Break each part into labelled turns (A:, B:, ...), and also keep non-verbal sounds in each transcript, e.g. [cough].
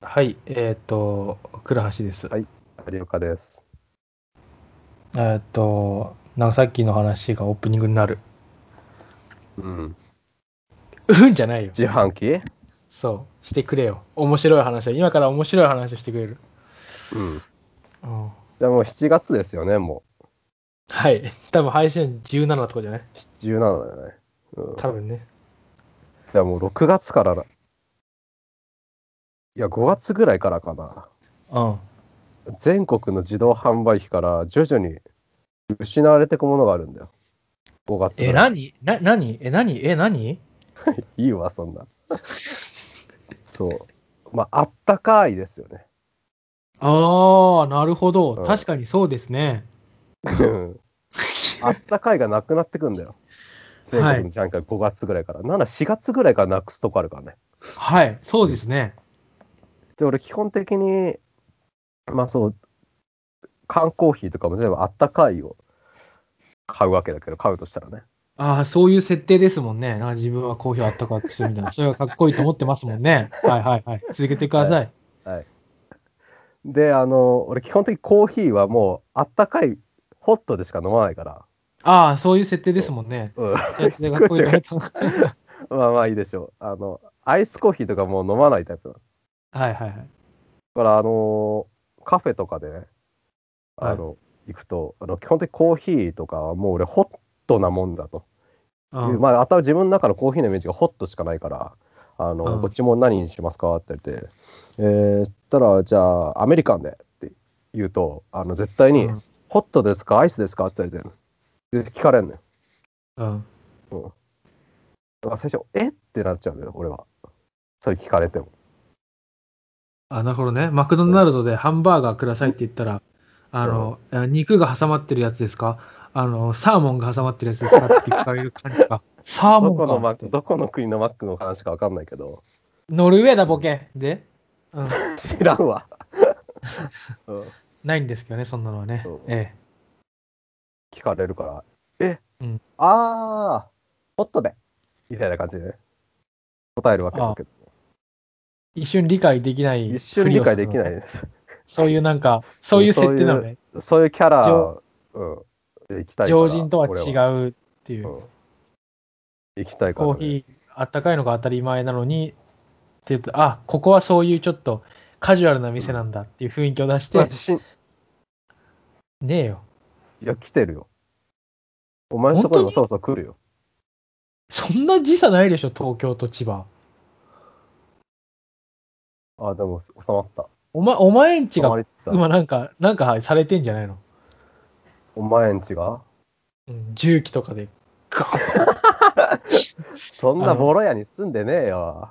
A: はい、えっ、と、倉橋です。
B: はい有岡です。
A: えっ、と、なんかさっきの話がオープニングになる。
B: うん。
A: うんじゃないよ。
B: 自販機
A: そう、してくれよ。面白い話を、今から面白い話をしてくれる。
B: う
A: う
B: ん。
A: ん、
B: でもう7月ですよね、も。
A: はい、 [laughs] 多分配信17とかじゃないう
B: 17だよね。うん。
A: 多分ね。
B: じゃあもう6月からだ。いや、5月ぐらいからかな。
A: うん。
B: 全国の自動販売機から徐々に失われていくものがあるんだよ。5月
A: え、
B: ぐらい。
A: 何な、何え、何え、何
B: いいわ、そんな。 [laughs] そう。まあ、あったかいですよね。 [laughs]
A: ああ、なるほど。
B: うん
A: 確かにそうですね。
B: うんあったかいがなくなってくんだよ。全国のジャンカー5月ぐらいから。なんなら4月ぐらいからなくすとこあるからね。
A: はい、そうですね。
B: で俺基本的にまあそう缶コーヒーとかも全部あったかいを買うわけだけど買うとしたらね
A: ああ、そういう設定ですもんね。なんか自分はコーヒーをあったかくするみ [laughs] たいな。それがかっこいいと思ってますもんね。はいはいはい。続けてください。
B: であの俺基本的にコーヒーはもうあったかいホットでしか飲まないから、
A: ああ、そういう設定ですもんね。
B: うん、
A: そういう設定がかっこいいと思ってます。はい
B: [laughs] まあまあいいでしょうあのアイスコーヒーとかもう飲まないタイプだだ
A: はいはい。
B: からあのカフェとかでね
A: はい
B: あの、行くとあの基本的にコーヒーとかはもう俺ホットなもんだと
A: うん
B: まあ、あた自分の中のコーヒーのイメージがホットしかないから、あの、
A: うん
B: ご注文何にしますかって言われて、えー、そしたら、じゃあ、アメリカンでって言うと、あの、絶対に、
A: うん
B: ホットですかアイスですかって言われて、で聞かれんのよ。
A: うん
B: だから最初、えってなっちゃうんだよ、俺は。それ聞かれても。
A: あなるほどね。マクドナルドでハンバーガーくださいって言ったら、あの、あ肉が挟まってるやつですかあの、サーモンが挟まってるやつですかって聞かれる感じか。 [laughs] サー
B: ど
A: モ
B: この
A: ン
B: マ
A: か
B: ックどこの国のマックの話か分かんないけど、
A: ノルウェーだ、ボケ。で、うん、
B: 知ら
A: [laughs]
B: んわ。うん
A: ないんですけどね、そんなのはね
B: そう。
A: え
B: 聞かれるから、え、
A: うん
B: ああ、ホットでみたいな感じでね、答えるわけだけど。
A: え。一瞬理解できない。
B: 一瞬理解できない。です。
A: そういうなんか、そういう設定なのね。
B: そういうキャラ
A: 常、
B: うん、で行きたいから
A: 常人とは違
B: 俺は
A: うっていう
B: う。ん行きたいから、
A: コ
B: ね。
A: ーヒーあったかいのが当たり前なのにって言うとあここはそういうちょっとカジュアルな店なんだっていう雰囲気を出して、
B: まあ自信、
A: ねえよ
B: いや、来てるよ。お前のところにもそろそろ来るよ。
A: そんな時差ないでしょ東京と千葉
B: あ、でも収まった。
A: お,、ま、お前んち
B: 収ま
A: が
B: りつつある
A: 今なんかなんかされてんじゃないの、
B: お前んちが
A: うん、重機とかでガーッ
B: そん
A: あ
B: な
A: の
B: ボロ屋に住んでねえよ。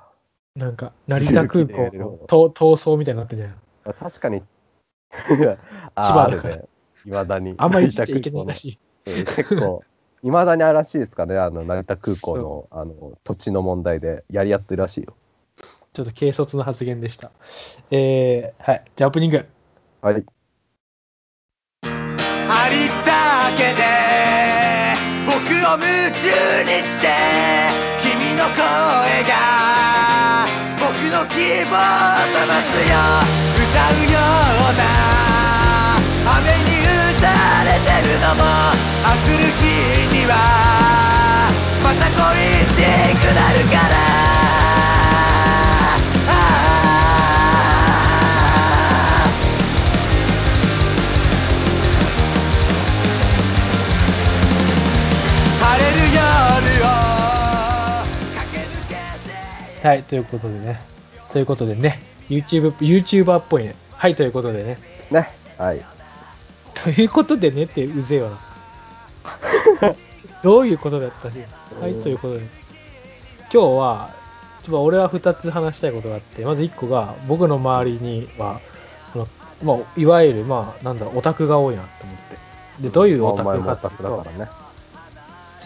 A: なんか成田空港
B: 重機でやる
A: の
B: よ
A: と闘争みたいになってんじゃないの
B: 確かに。
A: [laughs] 千
B: 千
A: 葉だから
B: いまだに。
A: あんまり行っちゃいけないらしい
B: うん結構いまだにあるらしいですからねあの成田空港のあの土地の問題でやり合ってるらしいよ
A: ちょっと軽率な発言でしたえー、はいじゃあオープニング
B: はい
C: ありったけで僕を夢中にして君の声が僕の希望を覚ますよ歌うような雨に打たれてるのもあくる日にはまた恋しくなるからああ晴れる夜を駆け抜けて
A: はい、ということでね。ということでね、YouTube、YouTuber っぽいね。はい、ということでね。
B: ねはい
A: ということでねってうぜえよな。
B: [laughs]
A: どういうことだったし。はい、ということで。今日は、ちょっと俺は2つ話したいことがあって、まず1個が、僕の周りには、このまあ、いわゆる、まあ、なんだろう、オタクが多いなと思って。で、どういうオタ
B: まあお前
A: ク
B: も
A: か
B: オ
A: ってい
B: タ
A: う
B: クだ
A: と
B: か、らね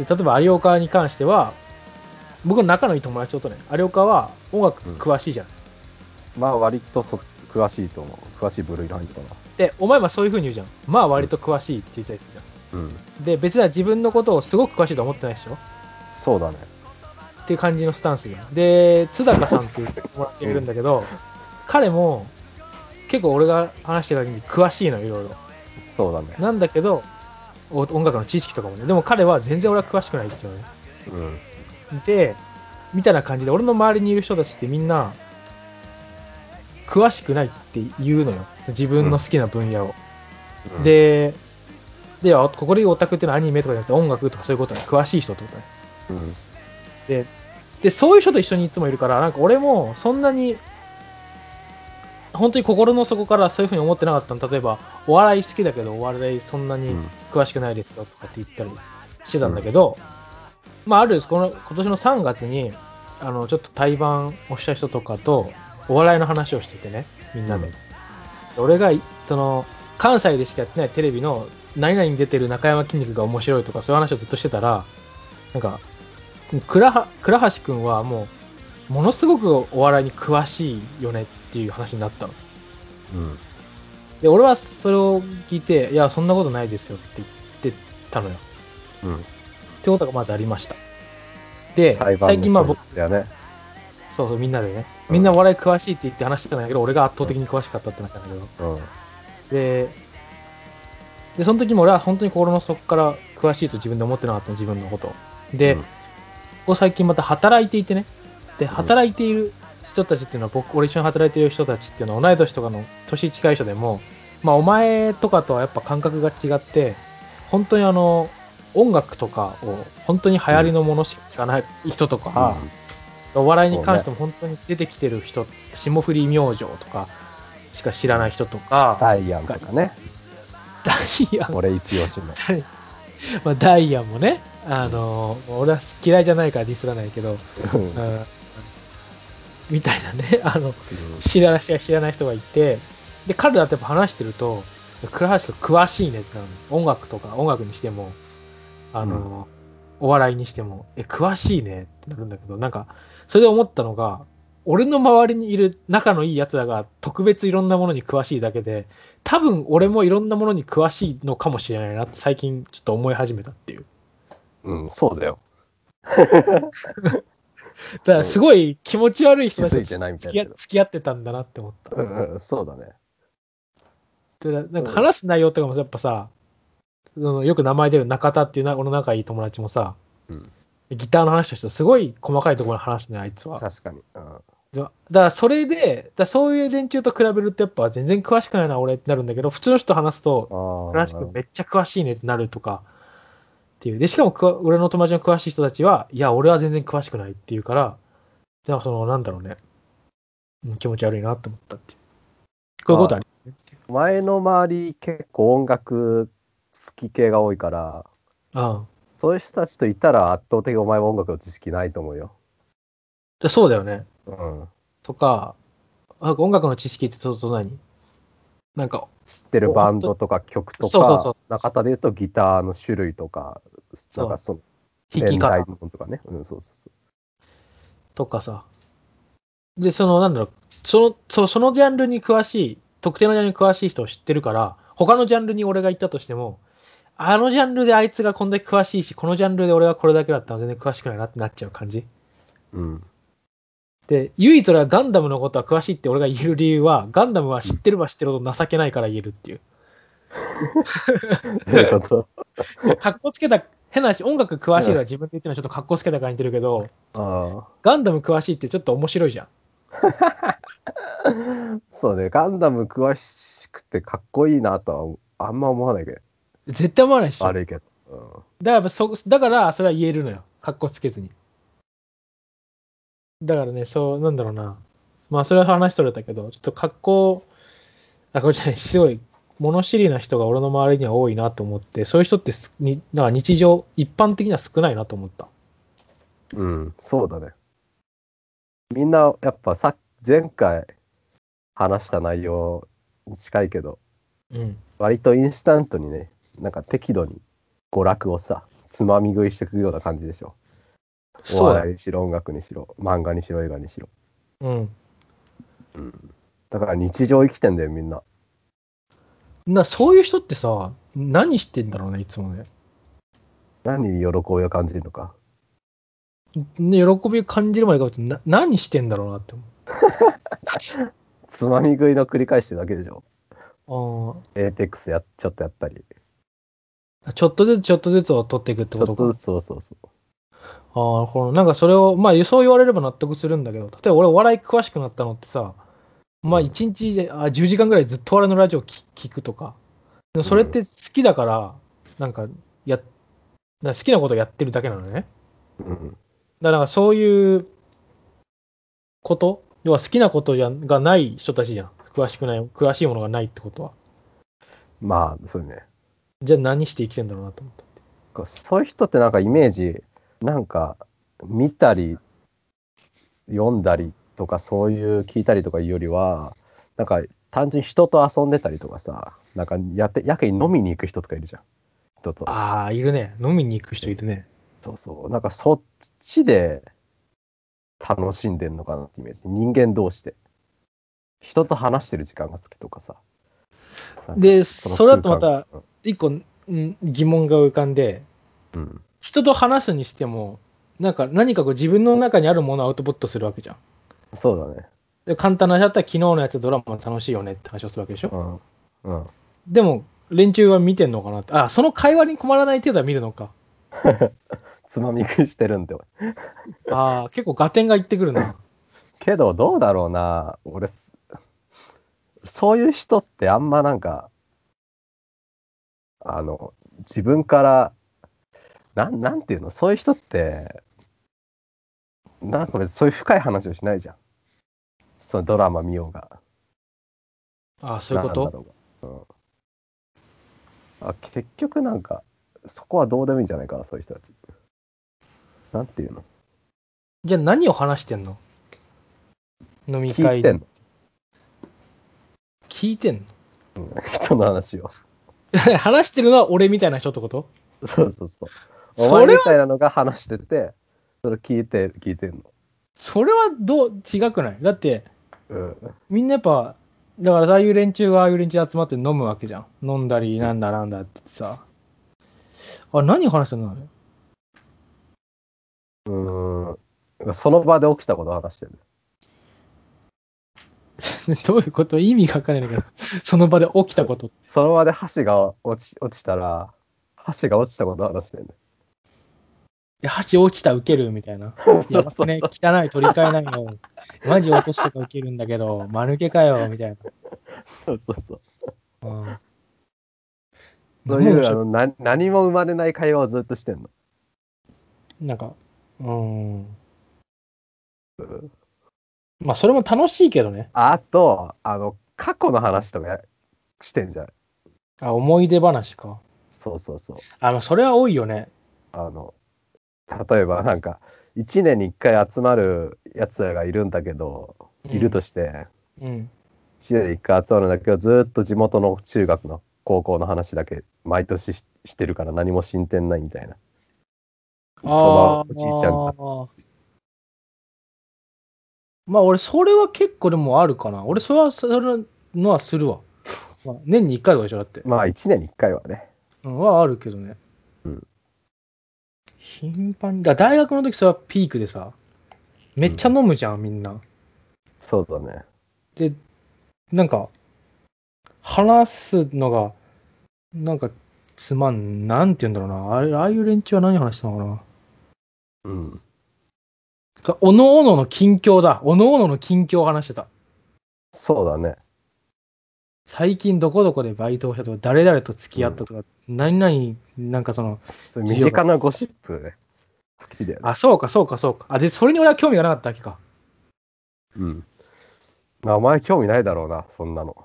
A: 例えば有岡に関しては、僕の仲のいい友達とね、有岡は音楽詳しいじゃん。
B: まあ割とそ詳しいと思う詳しい部類の入ったな
A: で、お前はそういうふうに言うじゃん。まあ割と詳しいって言ったやつじゃん。
B: うん
A: で、別には自分のことをすごく詳しいとは思ってないでしょ
B: そうだね
A: っていう感じのスタンスじゃん。で、津坂さんっていう友達がいるんだけど、彼も結構俺が話してる限り詳しいのよいろいろ
B: そうだね。
A: なんだけどお音楽の知識とかもねでも彼は全然俺は詳しくないっていうのね
B: うん。
A: でみたいな感じで俺の周りにいる人たちってみんな詳しくないって言うのよ自分の好きな分野を、
B: うん、
A: でではここでオタクっていうのはアニメとかじゃなくて音楽とかそういうことに詳しい人ってことね
B: うん、
A: でそういう人と一緒にいつもいるからなんか俺もそんなに本当に心の底からそういうふうに思ってなかったの例えばお笑い好きだけどお笑いそんな
B: う
A: に
B: ん
A: 詳しくないですよとかって言ったりしてたんだけど、まああるこの今年の3月にあのちょっと対バンをした人とかとお笑いの話をしててねみんなで、
B: うん
A: 俺がいその関西でしかやってないテレビの何々に出てる中山筋肉が面白いとかそういう話をずっとしてたらなんか倉は倉橋君はもうものすごくお笑いに詳しいよねっていう話になったの。
B: うん、
A: で俺はそれを聞いて「いやそんなことないですよ」って言ってたのよ。
B: うん。
A: ってことがまずありました。で
B: 台、湾の
A: 最近まあ僕、
B: 人だよね。
A: そうそう、みんなでね、
B: うん
A: みんなお笑い詳しいって言って話してたんだけど、俺が圧倒的に詳しかったってなったんだけど、
B: うん。
A: で、で、その時も俺は本当に心の底から詳しいと自分で思ってなかったの、自分のことを。で、
B: うん
A: ここ最近また働いていてね、で、働いている人たちっていうのは、僕、俺一緒に働いている人たちっていうのは、同い年とかの年近い人でも、まあ、お前とかとはやっぱ感覚が違って、本当にあの、音楽とかを本当に流行りのものしか聞かない人とか、お笑いに関しても本当に出てきてる人、霜降り明星とかしか知らない人とか、
B: ダイアンとかね。
A: ダイアン、
B: 俺一押しの。
A: [laughs] まあ、ダイアンもね、あのー俺は嫌いじゃないからディスらないけど、
B: うん
A: う
B: うん
A: んみたいなね、あの、知らない人が知らない人がいて、で、彼らってやっぱ話してると、倉橋君詳しいねってなるの音楽とか、音楽にしても、あの、お笑いにしても、え、詳しいねってなるんだけど、なんか、それで思ったのが、俺の周りにいる仲のいい奴らが特別いろんなものに詳しいだけで、多分俺もいろんなものに詳しいのかもしれないなって最近ちょっと思い始めたっていう。
B: うん、そうだよ。
A: だからすごい気持ち悪い人たちと
B: 気づいてないみた
A: 付き合
B: いだけど
A: 付き合ってたんだなって思った。
B: うん、うんそうだね。
A: でななんか話す内容とかもやっぱさ、そのよく名前出る中田っていうな俺の仲いい友達もさ、
B: うん
A: ギターの話としてすごい細かいところの話してねあいつは。
B: 確かに。うん
A: でだからそれでだからそういう連中と比べるとやっぱ全然詳しくないな俺ってなるんだけど普通の人と話すと
B: あ
A: 倉橋君めっちゃ詳しいねってなるとかっていうでしかもくわ俺の友達の詳しい人たちはいや俺は全然詳しくないっていうからなんかそのなんだろうねうん気持ち悪いなと思ったっていうこういうことある
B: 前の周り結構音楽好き系が多いから
A: うん
B: そういう人たちといたら圧倒的にお前は音楽の知識ないと思うよ。
A: でそうだよね
B: うん、
A: とか、なんか音楽の知識ってそうそう何なんか、
B: 知ってるバンドとか曲とか
A: そうそうそう
B: 中田で言うとギターの種類とか
A: そう
B: なんかその
A: 弾き
B: 代
A: 方
B: のとかね。うん、そうそうそう
A: とかさ。で、その、なんだろう、その、そそのジャンルに詳しい、特定のジャンルに詳しい人を知ってるから、他のジャンルに俺が行ったとしても、あのジャンルであいつがこんだけ詳しいし、このジャンルで俺がこれだけだったら全然詳しくないなってなっちゃう感じ。
B: うん [laughs]
A: で、唯一俺はガンダムのことは詳しいって俺が言える理由は、ガンダムは知ってれば知ってるほど情けないから言えるっていう。
B: どういうこと
A: 格好つけた、変な話、音楽詳しいのは自分で言ってるのはちょっと格好つけた感じてるけど、
B: あ
A: ガンダム詳しいってちょっと面白いじゃん。
B: あそうねガンダム詳しくてかっこいいなとはあんま思わないけ
A: 絶対思わないでし
B: ど
A: ょ。
B: 悪いけど。うん
A: だからそ、だからそれは言えるのよ。格好つけずに。だからね、そう、なんだろうな。まあ、それは話しとれたけど、ちょっと格好、あ、これじゃない、すごい、物知りな人が俺の周りには多いなと思って、そういう人ってすになんか日常、一般的には少ないなと思った。
B: うん、そうだね。みんなやっぱさ前回話した内容に近いけど
A: うん。
B: 割とインスタントにねなんか適度に娯楽をさつまみ食いしてくような感じでしょ。お
A: そうだ
B: 笑いにしろ音楽にしろ漫画にしろ映画にしろ
A: うん。
B: だから日常生きてんだよみんな。
A: な、そういう人ってさ、何してんだろうね、いつもね。
B: 何に喜びを感じるのか。
A: ね喜びを感じるまでかもしれない。な何してんだろうなって思う。
B: つまみ食いの繰り返してるだけでしょ。
A: あ
B: エーペックスやっちょっとやったり。
A: あ。ちょっとずつちょっとずつを取っていくって
B: ち
A: こ
B: ょ
A: と
B: っと
A: か
B: ず。つそうそうそう。
A: ああ、このなんかそれを、まあそう言われれば納得するんだけど、例えば俺お笑い詳しくなったのってさ、まあ一日であ10時間ぐらいずっと俺のラジオ聞聞くとか、でもそれって好きだから、なんかや、なんか好きなことやってるだけなのね。
B: うん、
A: だからなんかそういうこと、要は好きなことじゃがない人たちじゃん。詳しくない、詳しいものがないってことは。
B: まあそうね
A: じゃあ何して生きてんだろうなと思った。
B: こうそういう人ってなんかイメージなんか見たり読んだりとかそういう聞いたりとかいうよりはなんか単純に人と遊んでたりとかさなんかやってやけに飲みに行く人とかいるじゃん人と
A: ああ、いるね。飲みに行く人いるね。
B: そうそうなんかそっちで楽しんでんのかなってイメージ人間同士で人と話してる時間が好きとかさなんか
A: で、
B: の
A: それだとま
B: 空
A: た
B: 間が
A: 一個ん疑問が浮かんで、
B: うん
A: 人と話すにしても、なんか何かこう自分の中にあるものをアウトプットするわけじゃん。
B: そうだね
A: で簡単な話だったら昨日のやつドラマ楽しいよねって話をするわけでしょ。
B: うんうん
A: でも、連中は見てんのかなって。あ、その会話に困らない程度は見るのか。
B: つまみ食いしてるんで
A: ああ、結構合点がいってくるな。
B: けどどうだろうな俺すそういう人ってあんまなんかあの自分からなんなんていうのそういう人ってなんか別にそういう深い話をしないじゃんそのドラマ見ようが
A: ああ、そういうこ
B: なんだ
A: と
B: ろうがうん、あ結局なんかそこはどうでもいいんじゃないかなそういう人たちなんていうの
A: じゃあ何を話してんの飲み
B: 聞
A: 会
B: いて
A: で
B: んの
A: 聞いてんの
B: 人の話を
A: 話してるのは [laughs] 俺みたいな人ってこと
B: そうそうそう。
A: それ
B: お
A: は
B: 前みたいなのが話してて、それ聞いて、聞いてんの。
A: それはどう違くないだって
B: うん。
A: みんなやっぱだからああいう連中がああいう連中集まって飲むわけじゃん飲んだりなんだなんだって言ってさあ何話してんの [laughs] あれ
B: うーん。その場で起きたことを話してる。
A: どういうこと意味が分かんないんだけどその場で起きたこと
B: その場で箸が落ち落ちたら、箸が落ちたことを話してる。
A: で箸落ちた受けるみたい
B: [laughs]
A: なやばくね汚い取り替えないのマジ落としてか受けるんだけど間抜けかよみたいな
B: そうそうそう。
A: うん
B: そうい
A: なん
B: う
A: か
B: あのな何も生まれない会話をずっとしてんの。
A: なんか、うーん。
B: うん
A: まあ、それも楽しいけどね。
B: あと、あの、過去の話とかやしてんじゃない
A: あ、思い出話か。
B: そうそうそう。
A: あ、まあ、それは多いよね。
B: あの例えばなんか1年に1回集まるやつらがいるんだけど、
A: うん
B: いるとして
A: うん。
B: 1年に1回集まるんだけどずーっと地元の中学の高校の話だけ毎年ししてるから何も進展ないみたいなそのおじいちゃんが
A: あーまあ、俺、それは結構でもあるかな。俺、それは、それのはするわ。まあ、年に1回とかでしょ、だって。
B: まあ1年に1回はね
A: うん、はあるけどね。
B: うん
A: 頻繁に。だから大学の時、それはピークでさ、めっちゃ飲むじゃん、みんな。
B: そうだね
A: で、なんか、話すのが、なんか、つまん、なんて言うんだろうな。あれ、ああいう連中は何話したのかな
B: うん
A: か。おのおのの近況だ。おのおのの近況を話してた。
B: そうだね
A: 最近どこどこでバイトをしたとか、誰々と付き合ったとか、何々、なんかその、
B: そういう身近なゴシップね好きだよね
A: あ、そうか、そうか、そうか。あ、で、それに俺は興味がなかったわけか。
B: うんまあお前興味ないだろうなそんなの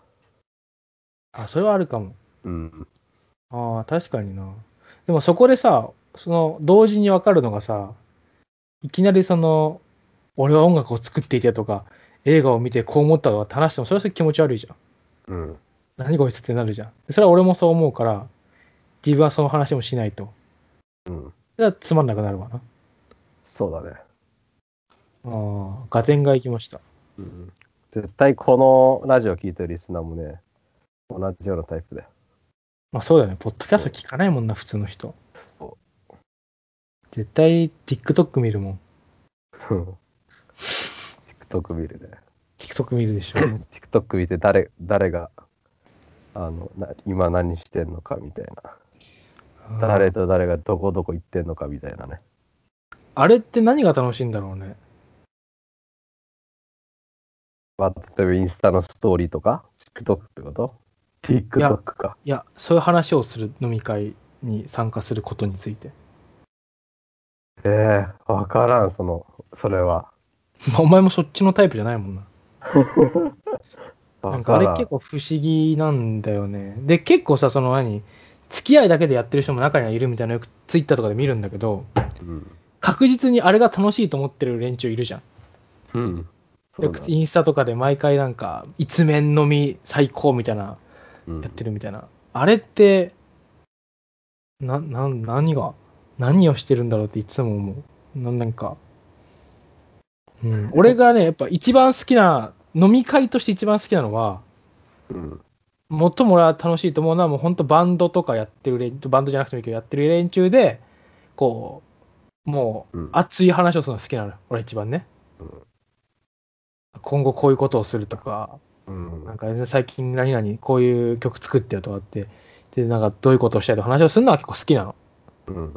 A: あ、それはあるかも。
B: うん
A: ああ、確かにな。でもそこでさ、その、同時に分かるのがさ、いきなりその、俺は音楽を作っていてとか、映画を見てこう思ったとかって話しても、それはそれで気持ち悪いじゃん。
B: うん
A: 何こいつってなるじゃん。でそれは俺もそう思うから、自分はその話もしないと。
B: うん
A: それはつまんなくなるわな。
B: そうだね
A: ああ、ガテンが行きました。
B: うん絶対このラジオ聞いてるリスナーもね同じようなタイプだよ
A: まあそうだよね。ポッドキャスト聞かないもんな、普通の人。
B: そ
A: 絶対 TikTok 見るもん。
B: う TikTok 見るね
A: TikTok 見るでしょ。
B: TikTok 見て誰誰があのな今何してんのかみたいな誰と誰がどこどこ行ってんのかみたいなね
A: あれって何が楽しいんだろうね。
B: まあ例えばインスタのストーリーとか TikTok ってこと ?TikTok か
A: いや、そういう話をする飲み会に参加することについて。 [laughs]
B: ええー、分からんそのそれは
A: まあ、お前もそっちのタイプじゃないもんな。なん
B: 分
A: か
B: か
A: あれ
B: らん
A: 結構不思議なんだよね。で、結構さ、その何、付き合いだけでやってる人も中にはいるみたいなのよく Twitter とかで見るんだけど、
B: うん、
A: 確実にあれが楽しいと思ってる連中いるじゃん。
B: うん、
A: よくインスタとかで毎回なんか、一面飲み最高みたいな、
B: うん
A: やってるみたいな。あれって、な、な、何が、何をしてるんだろうっていつも思う。ななんか、うん、俺がね、やっぱ一番好きな、飲み会として一番好きなのは、
B: うん
A: 最も俺は楽しいと思うのはもう本当バンドとかやってる連バンドじゃなくてもいいけどやってる連中でこうもう
B: うん
A: 熱い話をするの好きなの俺一番ね、
B: うん
A: 今後こういうことをするとか
B: うん
A: なんか最近何々こういう曲作ってるとかってでなんかどういうことをしたいとか話をするのは結構好きなの
B: うん、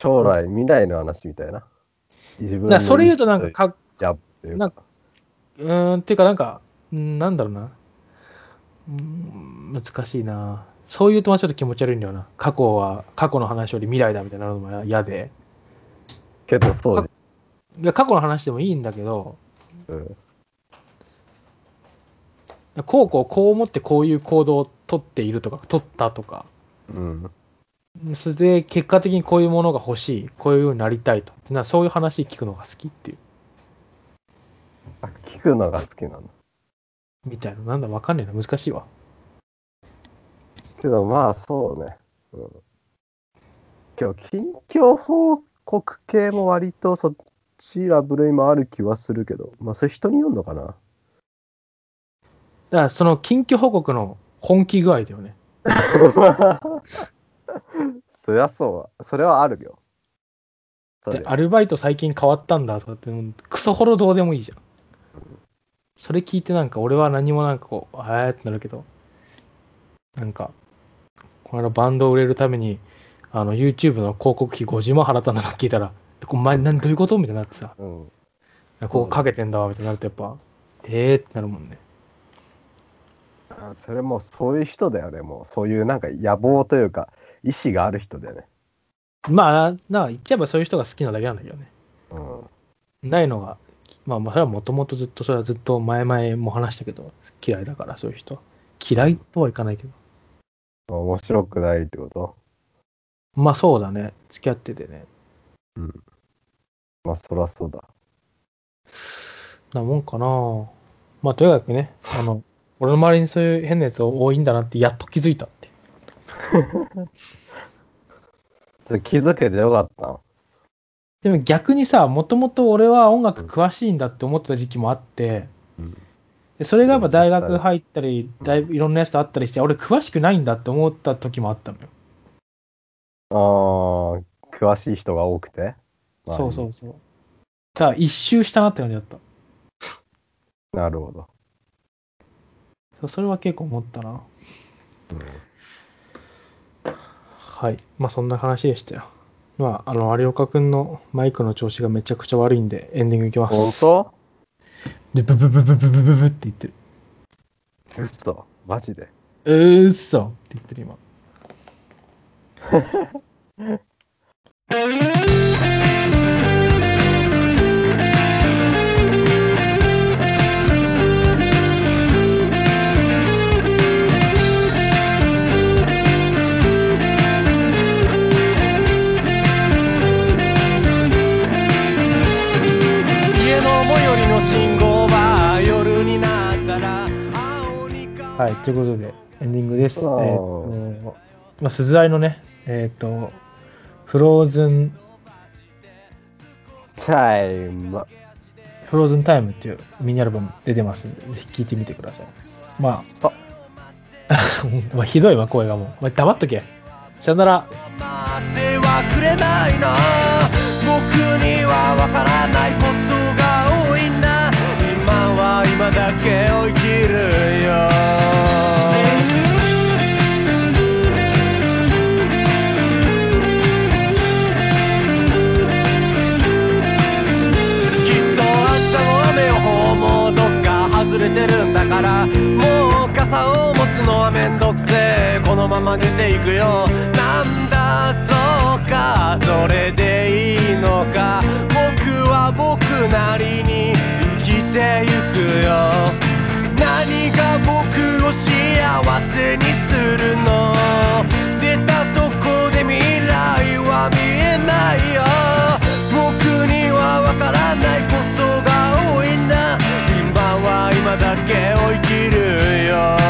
B: 将来未来の話みたいな自分
A: だからそれ言うとなんかかっ
B: やっていう
A: なんかうーんっていうかなんかうんなんだろうなうーん難しいなそういう友達ちょっと気持ち悪いんだよな過去は過去の話より未来だみたいなのも嫌で
B: けどそうじ
A: いや過去の話でもいいんだけど
B: ゃん、うん
A: こうこうこう思ってこういう行動をとっているとか取ったとか
B: うん
A: それで結果的にこういうものが欲しいこういうようになりたいとなそういう話聞くのが好きっていう
B: あ聞くのが好きなの
A: みたいななんだわかんねえな難しいわ
B: けどまあそうね、うん、今日近況報告系も割とそっちら部類もある気はするけどまあそれ人によるのかな
A: だからその緊急報告の本気具合だよね
B: そりゃそうそれはあるよそ
A: で
B: れ
A: アルバイト最近変わったんだとかってもうクソほどどうでもいいじゃんそれ聞いてなんか俺は何もなんかこうあえってなるけどなんかこの間バンドを売れるためにあの YouTube の広告費50万払ったんだとか聞いたら「えお前何どういうこと?」みたいになってさ
B: うん
A: 「ここかけてんだわ」みたいになるとやっぱ「えー」ってなるもんね
B: あそれもうそういう人だよねもうそういうなんか野望というか意志がある人だよね
A: まあな言っちゃえばそういう人が好きなだけなんだけどね
B: うん
A: ないのがまあまあそれはもともとずっとそれはずっと前々も話したけど嫌いだからそういう人は嫌いとはいかないけど
B: 面白くないってこと
A: まあそうだね付き合っててね
B: まあそらそうだ。
A: なもんかなまあとにかくねあの俺の周りにそういう変なやつ多いんだなってやっと気づいたって
B: それ気づけてよかったの。
A: でも逆にさもともと俺は音楽詳しいんだって思ってた時期もあって
B: うん
A: でそれがやっぱ大
B: うん
A: 学入ったりだいぶいろんなやつと会ったりして俺詳しくないんだって思った時もあったのよ
B: ああ、詳しい人が多くて。
A: そうそうそうただ一周したなって感じだった
B: う。なるほど。
A: そうそれは結構思ったなはいまあそんな話でしたよまああの有岡くんのマイクの調子がめちゃくちゃ悪いんでエンディングいきます
B: 本当
A: でブブブブブブブブって言ってる
B: うっそ。マジで。 [laughs]
A: うーっそって言ってる今
C: 家の最寄りの信号は夜になったら青に変わる
A: はいということでエンディングですえ
B: あー
A: ーとまあ鈴愛のねえっ、とフローズン
B: チャイム。
A: フローズンタイムっていうミニアルバム出てますんでぜひ聴いてみてくださいまあ [laughs]
B: そう
A: まあひどいわ声がもうお前黙っとけさよなら
C: 待ってはくれないな僕にはわからないことが多いんだ今は今今だけを生きるよきっと明日の雨を訪問どっか外れてるんだからもう傘を持つのはめんどくせえこのまま出ていくよなんだそうかそれでいいのか僕は僕なりに生きてゆくよ何が僕を幸せにするの出たとこで未来は見えないよ僕にはわからないことが多いんだ今は今だけを生きるよ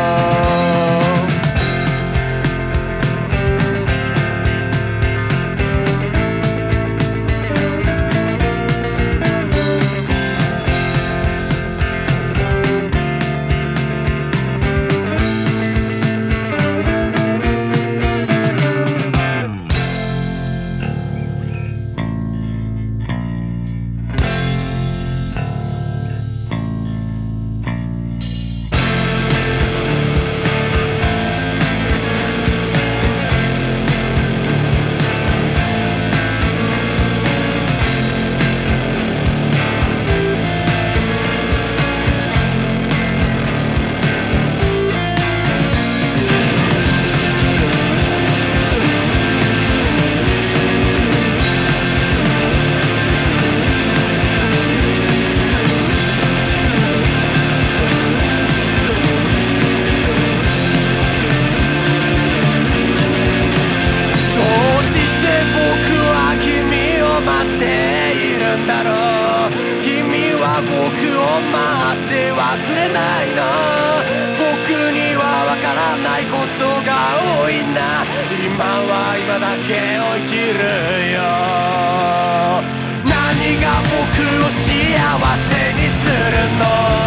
C: どうして僕は君を待っているんだろう君は僕を待ってはくれないの僕にはわからないことが多いんだ今は今だけを生きるよ何が僕を幸せにするの